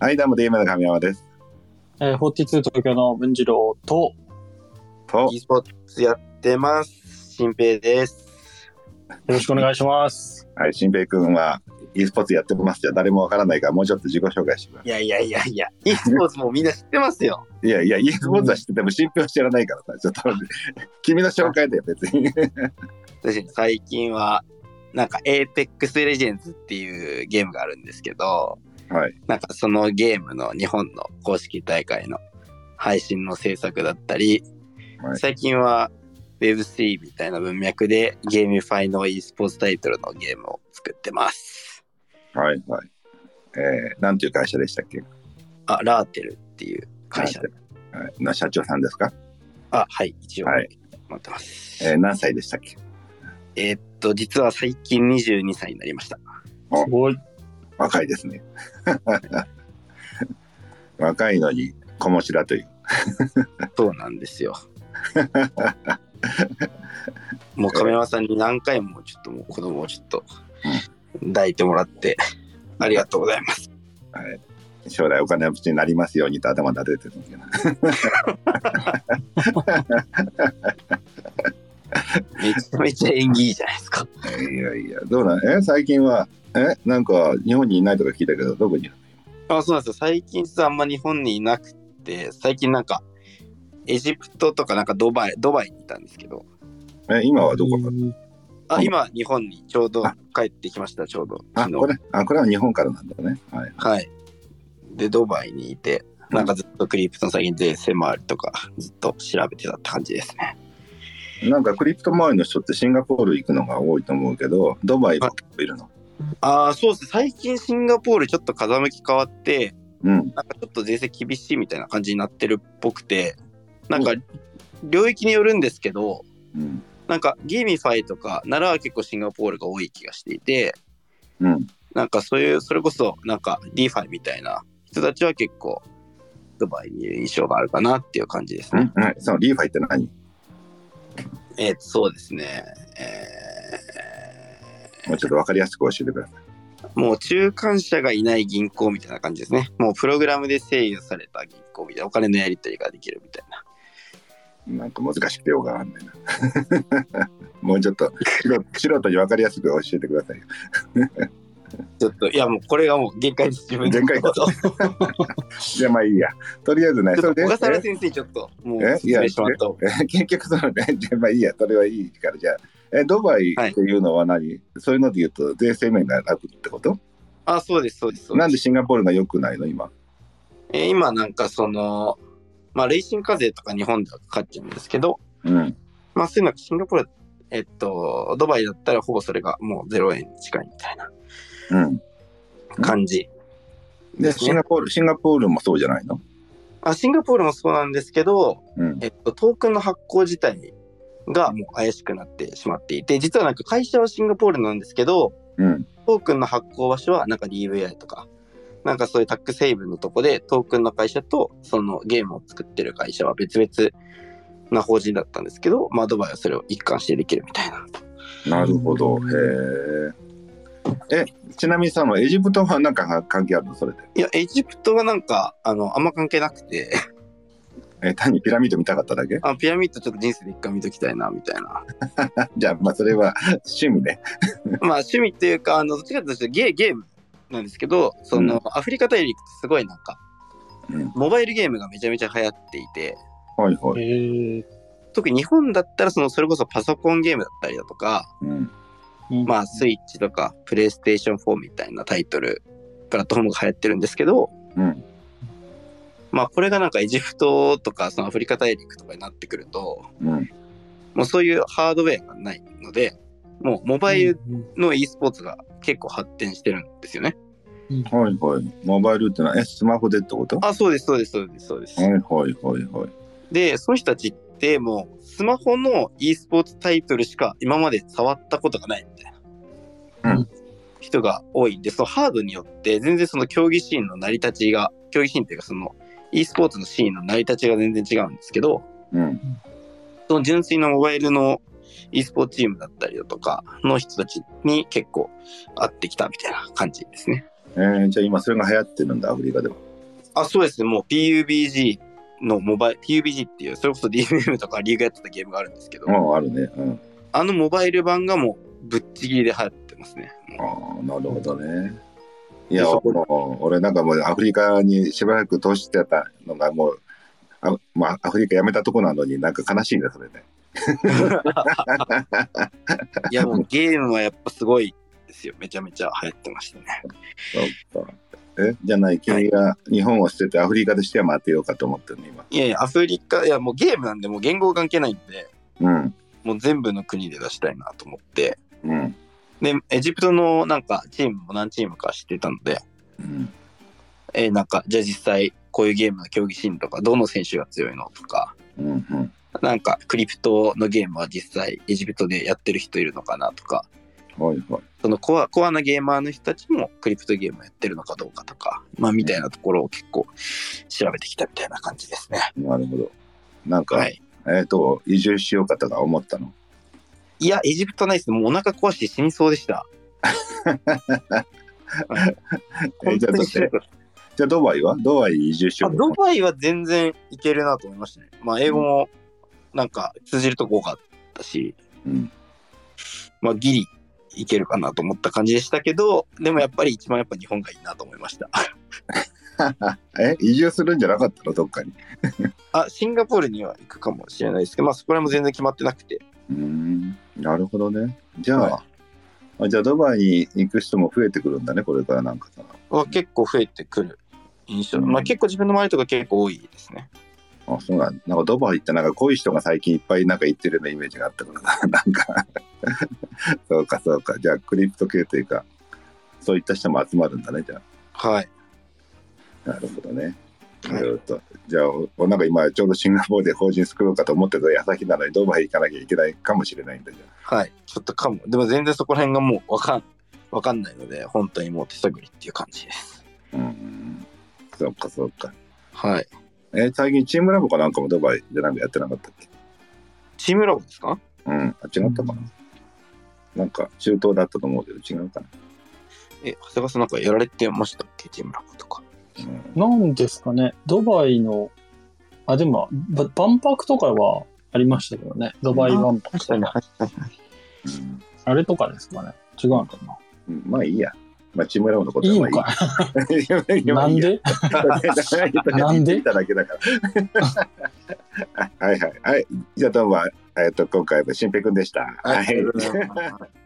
はい、どうも DM の神山です。えー、42東京の文次郎と、と、 e スポーツやってます。新平です。よろしくお願いします。はい、新平君は e スポーツやってますじゃ誰もわからないから、もうちょっと自己紹介してくださいやいやいやいや、e スポーツもみんな知ってますよ。い。いやいや、e スポーツは知ってても新平は知らないからさ、ちょっと、君の紹介だよ、別に。 私最近は、なんか Apex Legends っていうゲームがあるんですけど、はい。なんかそのゲームの日本の公式大会の配信の制作だったり、はい最近は Web3 みたいな文脈でゲーミファイの e スポーツタイトルのゲームを作ってます。はい、はい。えー、なんていう会社でしたっけあ、ラーテルっていう会社。はいの社長さんですかあ、はい、一応はい持ってます。えー、何歳でしたっけえーっと、実は最近22歳になりました。おすごい。若いですね。 若いのに、子持ちだという。そうなんで すよ。もう亀山さんに何回もちょっともう子供をちょっと抱いてもらって、ありがとうございます。はい。将来お金持ちになりますようにと頭立ててるんだけど。めちゃめちゃ縁起いいじゃないですか。いやいや、どうなんえ最近は、えなんか日本にいないとか聞いたけど、どこにいるあそうなんですよ。最近実はあんま日本にいなくて、最近なんか、エジプトとかなんかドバイ、ドバイにいたんですけど、のえ今はどこうんあ、今日本にちょうど帰ってきました、ちょうど。あ、昨日これ、あ、これは日本からなんだね。はい。はい。で、ドバイにいて、なんかずっとクリプトの先に税制回りとか、ずっと調べてたって感じですね。なんかクリプト周りの人ってシンガポール行くのが多いと思うけど、ドバイも結構いるの。ああ、そうっす。最近シンガポールちょっと風向き変わって、うん。なんかちょっと税制厳しいみたいな感じになってるっぽくて、なんか領域によるんですけど、うん。なんかゲーミファイとかなら結構シンガポールが多い気がしていて、うん。なんかそういう、それこそなんか D ファイみたいな人たちは結構ドバイにいる印象があるかなっていう感じですね。うん。はい。そのリーファイって何えーそうですね。えもうちょっとわかりやすく教えてください。ーもう中間者がいない銀行みたいな感じですね。もうプログラムで制御された銀行みたいな、お金のやり取りができるみたいな。なんか難しくてようがわかんないな。 もうちょっと素人素人にわかりやすく教えてくださいよ。ちょっと、いやもうこれがもう限界です、自分で。限界 かちょっじゃあまあいいや。とりあえずね、そとれで小。笠原先生にちょっと、もえう説明してもらった方がえ 結局そのね、じゃあまあいいや、それはいいから、じゃあ、えドバイっていうのは何、そういうので言うと、税制面が楽ってことあ、そうです、そうです。そうなんでですシンガポールが良くないの、今。えー今なんかその、まあ、累進課税とか日本ではかかっちゃうんですけど、うん。まあ、そういうのがシンガポール、えっと、ドバイだったらほぼそれがもう0円近いみたいなうん。感じ。で、ですねシンガポール、シンガポールもそうじゃないのあシンガポールもそうなんですけど、うん。えっと、トークンの発行自体がもう怪しくなってしまっていて、実はなんか会社はシンガポールなんですけど、うん。トークンの発行場所はなんか DVI とか、なんかそういうタックセイブのとこでトークンの会社とそのゲームを作ってる会社は別々な法人だったんですけど、まあドバイはそれを一貫してできるみたいな。なるほど。へえ。え、ちなみにそのエジプトはなんか関係あるのそれで。いや、エジプトはなんか、あの、あんま関係なくて、え、単にピラミッド見たかっただけ あピラミッドちょっと人生で一回見ときたいな、みたいな。じゃあ、まあそれは 趣味ね。まあ趣味っていうか、あの、どっちかというとゲゲームなんですけど、その、うアフリカ大陸ってすごいなんか、うんモバイルゲームがめちゃめちゃ流行っていて、はいはい。えー特に日本だったらその、それこそパソコンゲームだったりだとか、うん。うんまあスイッチとか、プレイステーション4みたいなタイトル、プラットフォームが流行ってるんですけど、うん。まあこれがなんかエジプトとか、そのアフリカ大陸とかになってくると、うん。もうそういうハードウェアがないので、もうモバイルの e スポーツが結構発展してるんですよね。はいはい。モバイルってのは、え、スマホでってことはあ、そうです、そうです、そうです、そうです。いはいはいはい。で、その人たちってもうスマホの e スポーツタイトルしか今まで触ったことがないみたいな、うん人が多いんで、そのハードによって全然その競技シーンの成り立ちが、競技シーンっていうかその e スポーツのシーンの成り立ちが全然違うんですけど、うん。その純粋なモバイルの e スポーツチームだったりだとかの人たちに結構合ってきたみたいな感じですね。えー、じゃあ今それが流行ってるんだ、アフリカでは。あ、そうですね。もう PUBG のモバイル、PUBG っていう、それこそ DMM とかリーグやってたゲームがあるんですけど、うん、あるね。うん。あのモバイル版がもうぶっちぎりで流行ってま すね。もうああ、なるほどね。いや、そこもう俺なんかもうアフリカにしばらく投資してたのがもう、あまあ、アフリカやめたとこなのになんか悲しいんだ、それね。いや、もうゲームはやっぱすごいですよ。めちゃめちゃ流行ってましたね。そうかえじゃない、君が日本を捨ててアフリカでしては待てようかと思ってるの、今。いやいや、アフリカ、いや、もうゲームなんで、もう言語関係ないんで、うん、もう全部の国で出したいなと思って、うん、で、エジプトのなんかチームも何チームか知ってたので、うん。えーなんか、じゃあ実際、こういうゲームの競技シーンとか、どの選手が強いのとか、うんうんなんか、クリプトのゲームは実際、エジプトでやってる人いるのかなとか、はいはい。そのコアコアなゲーマーの人たちもクリプトゲームやってるのかどうかとか、まあ、みたいなところを結構調べてきたみたいな感じですね。なるほど。なんか、はい。えっ、と、移住しようかとか思ったの。いや、エジプトないです。もうお腹壊して死にそうでした。え本じゃ当あ、だにっ死にてそうじゃあドバイはドバイに移住しよあうとド思っバイは全然いけるなと思いましたね。まあ、英語もなんか通じるとこ多かったし、た。うんまあ、ギリいけるかなと思った感じでしたけど、でもやっぱり一番やっぱ日本がいいなと思いました。 え移住するんじゃなかったのどっかに。あ、シンガポールには行くかもしれないですけど、まあ、そこら辺も全然決まってなくて。うーんなるほどね。じゃあ、はあじゃあドバイに行く人も増えてくるんだね、これからなんかさ。は結構増えてくる印象、うんまあ結構自分の周りとか結構多いですねあ、そうなんなんかドバイってなんか濃い人が最近いっぱいなんか行ってるようなイメージがあったから な。なんか、そうかそうか。じゃあクリプト系というか、そういった人も集まるんだね、じゃはいあ。なるほどね。はいいろいろと。じゃあ、おなんか今ちょうどシンガポールで法人作ろうかと思ってた矢先なのにドバイ行かなきゃいけないかもしれないんだじゃあ。はいちょっとかもでも全然そこら辺がもうわかんわかんないので本当にもう手探りっていう感じですうーん。そうかそうか。はいえー最近チームラボかなんかもドバイでなんかやってなかったっけチームラボですかうん、あ違ったかな。なんか中東だったと思うけど違うかな。え長谷川さんなんかやられてましたっけチームラボとかうんなんですかね、ドバイの、あ、でも、ば万博とかはありましたけどね、ドバイ万博とか。はいはいはいあれとかですかね、違うのかな。うん、まあいいや。まあチームラボのこといいはまのあかい い。いやまなあいん いやでなんで聞い ただけだから。あはいはい。はい。じゃあどうも、えっと、今回も新平君でした。ありがとうございます